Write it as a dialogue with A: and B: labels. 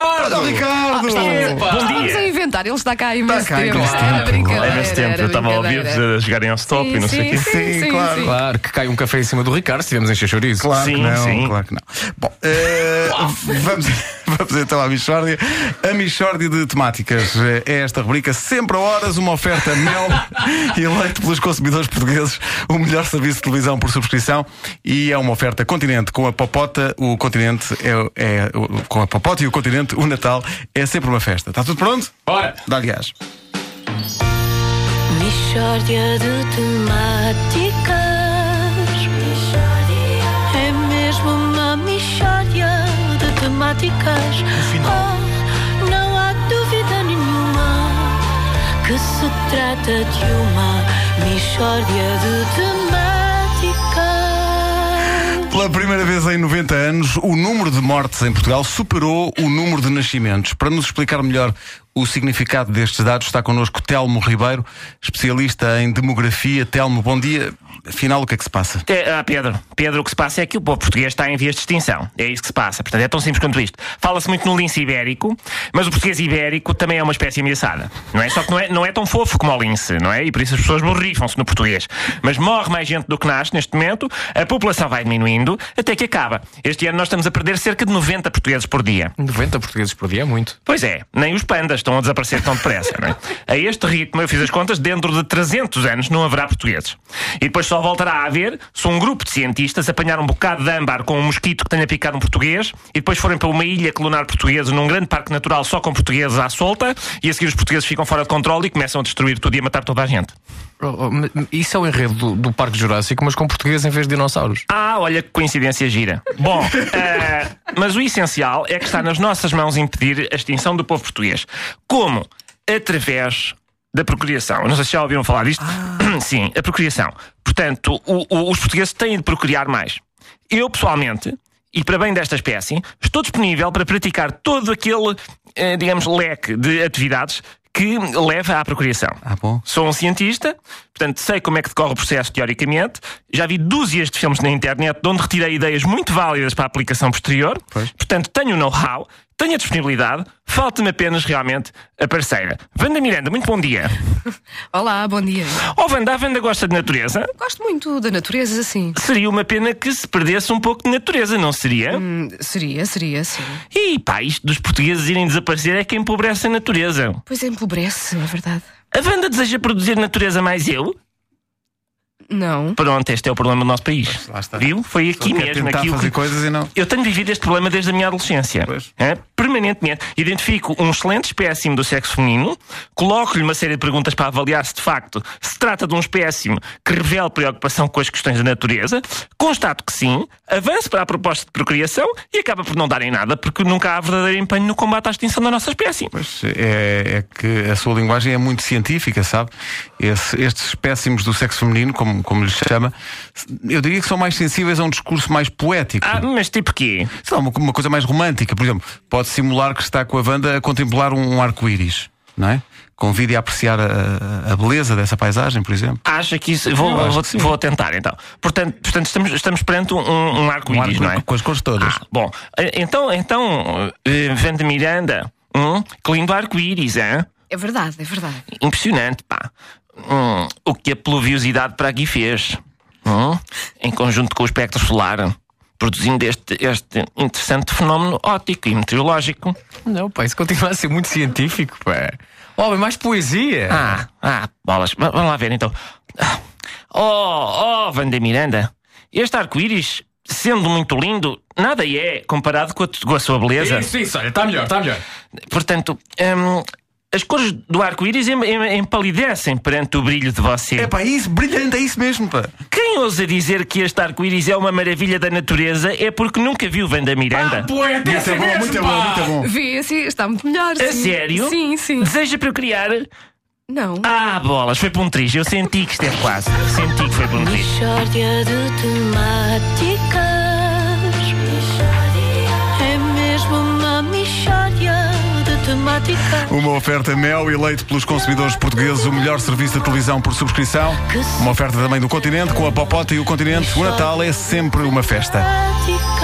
A: Ah,
B: Ricardo! Ricardo!
A: Estávamos a inventar, ele está cá há imenso
B: Está cá há
A: tempo.
B: imenso
A: Era
B: tempo.
A: brincadeira,
C: Há imenso É tempo,
A: era
C: eu estava a ouvir
A: brincadeira.
C: a jogarem ao stop e não sei o quê.
A: Sim, sim,
B: Sim,
A: claro.
B: claro.
D: Claro, que cai um café em cima do Ricardo se tivermos a encher chouriço.
B: Claro que
C: Sim,
B: não,
C: sim.
B: claro que não. Bom, eh, vamos, vamos então à Michórdia. A Michórdia de Temáticas eh, é esta rubrica, sempre a horas, uma oferta mel e eleito pelos consumidores portugueses, o melhor serviço de televisão por subscrição e é uma oferta continente. Com a Popota, o continente é. é- o- com a Popota e o continente, o Natal é sempre uma festa. Está tudo pronto?
D: Bora!
B: Dá-lhe gás.
E: Mishória de temáticas É mesmo uma mishória de temáticas Oh, não há dúvida nenhuma Que se trata de uma mishória de temáticas
B: Pela primeira vez em 90 anos, o número de mortes em Portugal superou o número de nascimentos. Para nos explicar melhor o significado destes dados, está connosco Telmo Ribeiro, especialista em demografia. Telmo, bom dia. Afinal, o que é que se passa?
C: É, ah, Pedro, Pedro, o que se passa é que o povo português está em vias de extinção. É isso que se passa. Portanto, é tão simples quanto isto. Fala-se muito no lince ibérico, mas o português ibérico também é uma espécie ameaçada. Não é? Só que não é, não é tão fofo como o lince, não é? E por isso as pessoas borrifam-se no português. Mas morre mais gente do que nasce neste momento, a população vai diminuindo até que acaba. Este ano nós estamos a perder cerca de 90 portugueses por dia.
D: 90 portugueses por dia é muito.
C: Pois é, nem os pandas estão a desaparecer tão depressa, não é? A este ritmo, eu fiz as contas, dentro de 300 anos não haverá portugueses. E depois só voltará a haver se um grupo de cientistas apanhar um bocado de âmbar com um mosquito que tenha picado um português e depois forem para uma ilha clonar portugueses num grande parque natural só com portugueses à solta e a seguir os portugueses ficam fora de controle e começam a destruir tudo e a matar toda a gente.
D: Oh, oh, mas Isso é o enredo do, do Parque Jurássico, mas com português em vez de dinossauros.
C: Ah, olha que coincidência gira. Bom, eh, mas o essencial é que está nas nossas mãos impedir a extinção do povo português. Como? Através da procriação. Eu Não sei se já ouviram falar disto. Sim, a procriação. Portanto, o- o- os portugueses têm de procriar mais. Eu, pessoalmente, e para bem desta espécie, estou disponível para praticar todo aquele, eh, digamos, leque de atividades que leva à procriação.
B: Ah, bom.
C: Sou um cientista, portanto sei como é que decorre o processo teoricamente. Já vi dúzias de filmes na internet de onde retirei ideias muito válidas para a aplicação posterior.
B: Pois.
C: Portanto, tenho o know-how, tenho a disponibilidade, falta-me apenas realmente a parceira. Vanda Miranda, muito bom dia.
A: Olá, bom dia.
C: Oh, Vanda, a Vanda gosta de natureza.
A: Gosto muito da natureza, sim.
C: Seria uma pena que se perdesse um pouco de natureza, não seria?
A: Hum, Seria, seria, sim.
C: E pá, isto dos portugueses irem desaparecer é que empobrece a natureza.
A: Pois empobrece, é verdade.
C: A Vanda deseja produzir natureza mais eu?
A: Não.
C: Pronto, este é o problema do nosso país.
B: lá está.
C: Viu? Foi aqui
B: Quer
C: mesmo,
B: tentar
C: aqui o
B: fazer
C: que
B: coisas e não.
C: Eu tenho vivido este problema desde a minha adolescência.
B: Pois.
C: Hã? Permanentemente. Identifico um excelente espécime do sexo feminino, coloco-lhe uma série de perguntas para avaliar se de facto se trata de um espécime que revela preocupação com as questões da natureza, constato que sim, avanço para a proposta de procriação e acaba por não dar em nada porque nunca há verdadeiro empenho no combate à extinção da nossa espécie.
B: Pois é, é que a sua linguagem é muito científica, sabe? Esse- estes espécimes do sexo feminino, como, como lhes chama, eu diria que são mais sensíveis a um discurso mais poético.
C: Ah, mas tipo quê?
B: sei lá, uma, uma coisa mais romântica, por exemplo, pode simular que está com a Wanda a contemplar um, um arco-íris, não é? Convide a apreciar a, a- a beleza dessa paisagem, por exemplo.
C: Acha que isso. Vou, vou, vou tentar então. Portanto, portanto estamos, estamos perante um, um arco-íris, não é?
B: Com as cores todas.
C: Ah, bom, Eh, então, então eh, Vanda Miranda, hum, que lindo arco-íris, hein?
A: É verdade, é verdade.
C: impressionante, pá. Hum, o que a pluviosidade para aqui fez, hum, em conjunto com o espectro solar, produzindo este, este interessante fenómeno óptico e meteorológico.
D: Não, pá, isso continua a ser muito científico, pá. Homem, mais poesia!
C: Ah, ah, bolas. V- vamos lá ver então. Ah. Oh, oh, Vanda Miranda, este arco-íris, sendo muito lindo, nada é comparado com a, t- com a sua beleza.
D: Isso, isso, olha, está melhor, tá. está melhor.
C: Portanto, hum, as cores do arco-íris em- em- empalidecem perante o brilho de você.
B: É pá, é isso, brilhante, é isso mesmo, pá.
C: Quem ousa dizer que este arco-íris é uma maravilha da natureza é porque nunca viu Vanda Miranda.
D: Poeta,
B: Muito bom, muito bom, muito bom.
A: Vê, assim, está muito melhor.
C: A
A: sim.
C: sério?
A: Sim, sim.
C: Deseja procriar?
A: Não.
C: Ah, bolas, foi para um triz. Eu senti que esteve quase. Senti que foi para um triz.
E: Mishória de temáticas É mesmo uma mishória de temáticas
B: Uma oferta mel eleito pelos consumidores portugueses o melhor serviço de televisão por subscrição. Uma oferta também do continente, com a Popota e o continente. O Natal é sempre uma festa.
E: temáticas